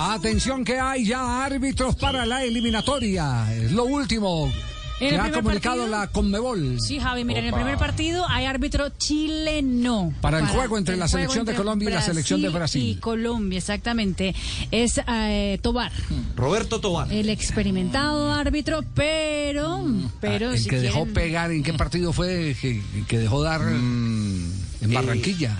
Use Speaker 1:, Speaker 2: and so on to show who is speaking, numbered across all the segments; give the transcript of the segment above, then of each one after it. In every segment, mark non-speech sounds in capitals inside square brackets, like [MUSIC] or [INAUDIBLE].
Speaker 1: Atención que hay ya árbitros para la eliminatoria. Es lo último que
Speaker 2: ¿En el
Speaker 1: ha
Speaker 2: primer
Speaker 1: comunicado
Speaker 2: partido?
Speaker 1: la Conmebol.
Speaker 2: Sí, Javi, mira, en el
Speaker 3: Opa.
Speaker 2: primer partido hay árbitro chileno.
Speaker 1: Para el juego entre la selección de
Speaker 2: entre
Speaker 1: Colombia y la selección de Brasil.
Speaker 2: Y Colombia, exactamente. Es eh, Tobar,
Speaker 1: Mm.
Speaker 3: Roberto Tobar.
Speaker 2: el experimentado árbitro, pero. pero
Speaker 1: Ah, el
Speaker 2: si
Speaker 1: que dejó
Speaker 2: quieren-
Speaker 1: pegar, ¿en qué partido fue que, que dejó dar
Speaker 4: Mm, eh,
Speaker 1: en Barranquilla?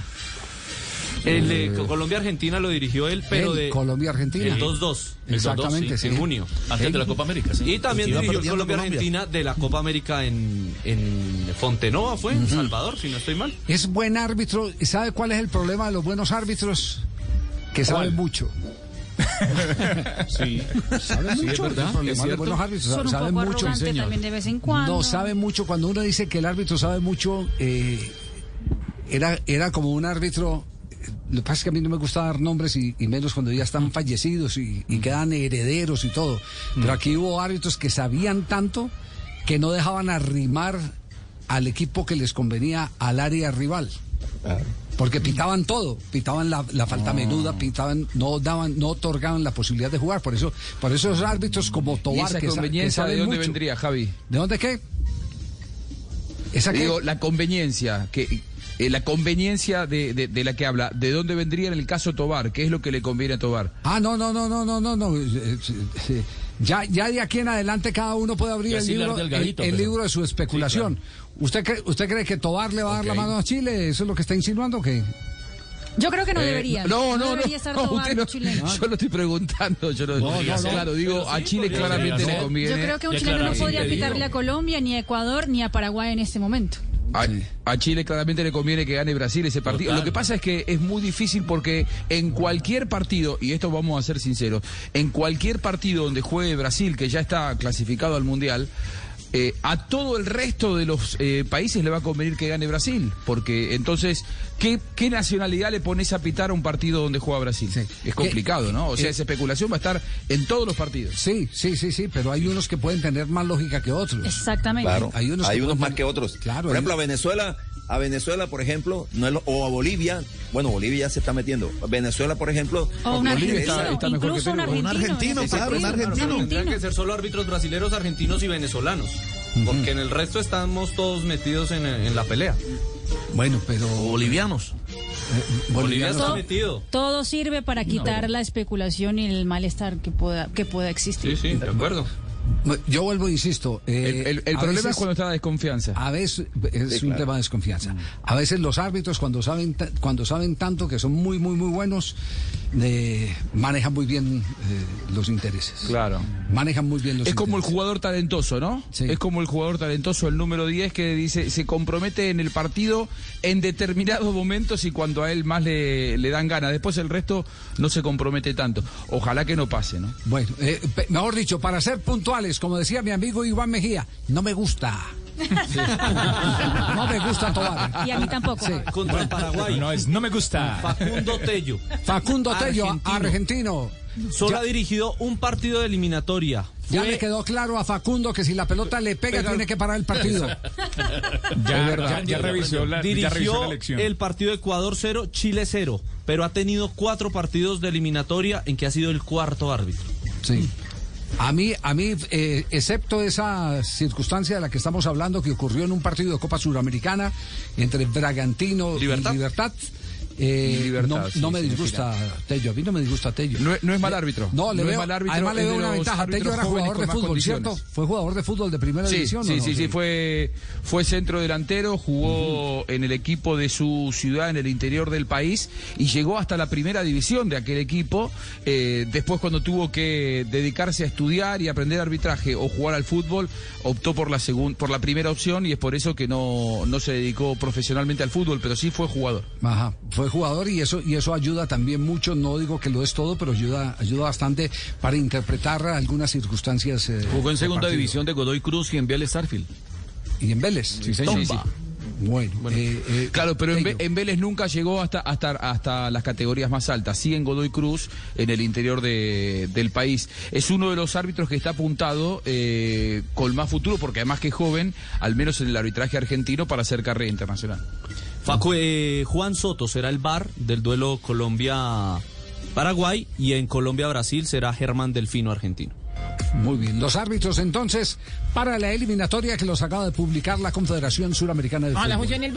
Speaker 5: El de Colombia-Argentina lo dirigió él, pero
Speaker 1: El
Speaker 5: de...
Speaker 1: Colombia-Argentina.
Speaker 5: El 2-2.
Speaker 1: El Exactamente,
Speaker 5: 2-2,
Speaker 1: sí.
Speaker 5: En junio.
Speaker 4: Antes de la Copa América, sí.
Speaker 5: Y también
Speaker 3: iba
Speaker 5: dirigió
Speaker 3: perdiendo
Speaker 5: Colombia-Argentina de la Copa América en, en Fontenova, ¿fue? En Salvador, si no estoy mal.
Speaker 1: Es buen árbitro. ¿Y sabe cuál es el problema de los buenos árbitros? Que saben mucho.
Speaker 6: [LAUGHS]
Speaker 4: Sí,
Speaker 1: Saben
Speaker 4: Sí,
Speaker 1: mucho.
Speaker 4: es verdad,
Speaker 1: el problema
Speaker 4: es
Speaker 1: de los
Speaker 4: cierto.
Speaker 1: buenos árbitros.
Speaker 2: Son un
Speaker 1: saben
Speaker 2: poco
Speaker 1: mucho.
Speaker 2: arrogante
Speaker 4: señor.
Speaker 2: también de vez en cuando.
Speaker 1: No sabe mucho. Cuando uno dice que el árbitro sabe mucho, eh, era, era como un árbitro. eh, Lo que pasa es que a mí no me gusta dar nombres y, y menos cuando ya están fallecidos y, y quedan herederos y todo. Pero aquí hubo árbitros que sabían tanto que no dejaban arrimar al equipo que les convenía al área rival. Porque pitaban todo, pitaban la, la
Speaker 6: Ah.
Speaker 1: falta menuda, pitaban, no daban, no otorgaban la posibilidad de jugar. Por eso, por eso esos árbitros como
Speaker 6: ¿Y
Speaker 1: Tobar
Speaker 6: esa
Speaker 1: que sa- que
Speaker 6: conveniencia de
Speaker 1: saben
Speaker 6: dónde
Speaker 1: mucho.
Speaker 6: vendría, Javi?
Speaker 1: ¿De dónde qué? Esa que
Speaker 6: Digo, la conveniencia, que eh, la conveniencia de, de- de la que habla, ¿de dónde vendría en el caso Tobar? ¿Qué es lo que le conviene a Tobar?
Speaker 1: Ah, no, no, no, no, no, no, no. Eh, eh, Ya, ya de aquí en adelante cada uno puede abrir
Speaker 4: Ya
Speaker 1: el
Speaker 4: sí, la
Speaker 1: libro, el,
Speaker 4: delgadito,
Speaker 1: el
Speaker 4: pero-
Speaker 1: libro de su especulación. ¿Usted, cree, ¿Usted cree que Tobar le va a dar
Speaker 4: Ok.
Speaker 1: la mano a Chile? ¿Eso es lo que está insinuando o qué?
Speaker 2: Yo creo que no
Speaker 6: Eh,
Speaker 2: debería.
Speaker 6: No, no, no.
Speaker 2: debería estar
Speaker 6: no,
Speaker 2: Tobar
Speaker 6: usted no-
Speaker 2: chileno.
Speaker 1: Ah,
Speaker 6: Yo lo estoy preguntando. Yo lo,
Speaker 4: Podría ser.
Speaker 6: claro, digo,
Speaker 4: Pero
Speaker 6: a
Speaker 4: sí,
Speaker 6: Chile
Speaker 4: podría
Speaker 6: claramente
Speaker 4: ser.
Speaker 6: le
Speaker 4: Yo
Speaker 6: conviene.
Speaker 2: Yo creo que un
Speaker 4: declarar
Speaker 2: chileno no podría
Speaker 4: impedido.
Speaker 2: pitarle a Colombia, ni a Ecuador, ni a Paraguay en este momento.
Speaker 6: A, a Chile claramente le conviene que gane Brasil ese partido.
Speaker 4: Total.
Speaker 6: Lo que pasa es que es muy difícil porque en cualquier partido, y esto vamos a ser sinceros, en cualquier partido donde juegue Brasil, que ya está clasificado al Mundial, eh, a todo el resto de los eh, países le va a convenir que gane Brasil. Porque entonces, ¿qué, qué nacionalidad le pones a pitar a un partido donde juega Brasil?
Speaker 1: Sí. Eh,
Speaker 6: Es complicado, ¿no? O sea, esa especulación va a estar en todos los partidos.
Speaker 1: Sí, sí, sí, sí, pero hay unos que pueden tener más lógica que otros.
Speaker 2: Exactamente.
Speaker 3: Claro,
Speaker 1: Hay
Speaker 3: hay
Speaker 1: unos
Speaker 3: unos,
Speaker 1: que pueden-
Speaker 3: más que otros.
Speaker 1: Claro, hay-
Speaker 3: por ejemplo, a Venezuela, a Venezuela, por ejemplo, no es lo- o a Bolivia, bueno, Bolivia ya se está metiendo. Venezuela, por ejemplo,
Speaker 2: O un
Speaker 3: le
Speaker 2: argentino,
Speaker 3: interesa-
Speaker 6: está mejor que
Speaker 2: incluso un
Speaker 6: Perú.
Speaker 2: argentino.
Speaker 6: Un
Speaker 2: en ese
Speaker 3: claro, un
Speaker 2: sentido,
Speaker 3: argentino.
Speaker 5: Tendrían que ser solo árbitros brasileros, argentinos y venezolanos. Porque en el resto estamos todos metidos en, en la pelea.
Speaker 1: Bueno, pero
Speaker 4: bolivianos.
Speaker 5: Bolivia está
Speaker 2: Todo-
Speaker 5: metido.
Speaker 2: Todo sirve para quitar la especulación y el malestar que pueda, que pueda existir.
Speaker 5: Sí, sí, de acuerdo.
Speaker 1: yo vuelvo e insisto. eh,
Speaker 6: El, el- el
Speaker 1: a
Speaker 6: problema
Speaker 1: veces-
Speaker 6: es cuando está la desconfianza.
Speaker 1: A veces eh, es un
Speaker 3: claro.
Speaker 1: tema de desconfianza. A veces los árbitros cuando saben ta- cuando saben tanto que son muy muy muy buenos eh, manejan muy bien eh, los intereses.
Speaker 6: Claro.
Speaker 1: Manejan muy bien los
Speaker 6: Es como el
Speaker 1: intereses.
Speaker 6: jugador talentoso, ¿no?
Speaker 1: Sí.
Speaker 6: Es como el jugador talentoso, el número 10, que dice, se compromete en el partido en determinados momentos y cuando a él más le, le dan ganas. Después el resto no se compromete tanto. Ojalá que no pase, ¿no?
Speaker 1: Bueno, eh, pe- mejor dicho, para ser puntuales, como decía mi amigo Iván Mejía, no me gusta. [LAUGHS] no me gusta Tobar.
Speaker 2: Y a mí tampoco.
Speaker 1: Sí.
Speaker 5: Contra Paraguay.
Speaker 4: No, es, Pues no me gusta.
Speaker 5: Facundo Tello.
Speaker 1: Facundo Tello,
Speaker 5: Argentino.
Speaker 1: argentino.
Speaker 5: Solo ha dirigido un partido de eliminatoria.
Speaker 1: Ya
Speaker 5: Fue-
Speaker 1: le quedó claro a Facundo que si la pelota le pega, tiene que parar el partido.
Speaker 4: Ya, ya, ya revisó la, ya revisó la
Speaker 5: Dirigió
Speaker 4: elección.
Speaker 5: el partido Ecuador 0, Chile 0, pero ha tenido cuatro partidos de eliminatoria en que ha sido el cuarto árbitro.
Speaker 1: Sí. A mí, a mí eh, excepto esa circunstancia de la que estamos hablando que ocurrió en un partido de Copa Suramericana entre Bragantino
Speaker 5: ¿Libertad?
Speaker 1: y Libertad, eh,
Speaker 6: Y Libertad,
Speaker 1: no,
Speaker 6: sí,
Speaker 1: no me
Speaker 6: sí,
Speaker 1: disgusta Tello, a mí no me disgusta Tello.
Speaker 6: No, es- no es mal árbitro.
Speaker 1: No, le
Speaker 6: es
Speaker 1: veo,
Speaker 6: mal árbitro,
Speaker 1: además le
Speaker 6: es
Speaker 1: veo
Speaker 6: de
Speaker 1: una
Speaker 6: los
Speaker 1: ventaja. Tello
Speaker 6: árbitros
Speaker 1: era
Speaker 6: jóvenes
Speaker 1: jugador
Speaker 6: con
Speaker 1: de
Speaker 6: más
Speaker 1: fútbol, ¿cierto?
Speaker 6: condiciones.
Speaker 1: Fue jugador de fútbol de primera
Speaker 6: Sí, sí,
Speaker 1: división. ¿o
Speaker 6: sí,
Speaker 1: no?
Speaker 6: sí, fue, fue centro delantero, jugó en el equipo de su ciudad, en el interior del país, y llegó hasta la primera división de aquel equipo. Eh, después, cuando tuvo que dedicarse a estudiar y aprender arbitraje o jugar al fútbol, optó por la segun- por la primera opción y es por eso que no, no se dedicó profesionalmente al fútbol, pero sí fue jugador.
Speaker 1: Ajá, fue jugador y eso y eso ayuda también mucho, no digo que lo es todo, pero ayuda ayuda bastante para interpretar algunas circunstancias eh,
Speaker 4: Jugó en
Speaker 1: de
Speaker 4: segunda
Speaker 1: partido.
Speaker 4: división de Godoy Cruz y en Vial Starfield.
Speaker 1: y en Vélez.
Speaker 6: Sí, sí.
Speaker 1: Bueno, eh, eh,
Speaker 6: Claro, pero en, Ve-
Speaker 1: Tello.
Speaker 6: en Vélez nunca llegó hasta, hasta, hasta las categorías más altas. Sí, en Godoy Cruz, en el interior de- del país. Es uno de los árbitros que está apuntado eh, con más futuro, porque además que es joven, al menos en el arbitraje argentino, para hacer carrera internacional.
Speaker 5: Facu- eh, Juan Soto será el bar del duelo Colombia Paraguay y en Colombia-Brasil será Germán Delfino argentino.
Speaker 1: Muy bien. Los
Speaker 2: Ah,
Speaker 1: árbitros entonces para Ah, la eliminatoria que los acaba de publicar la Confederación Suramericana de Fútbol.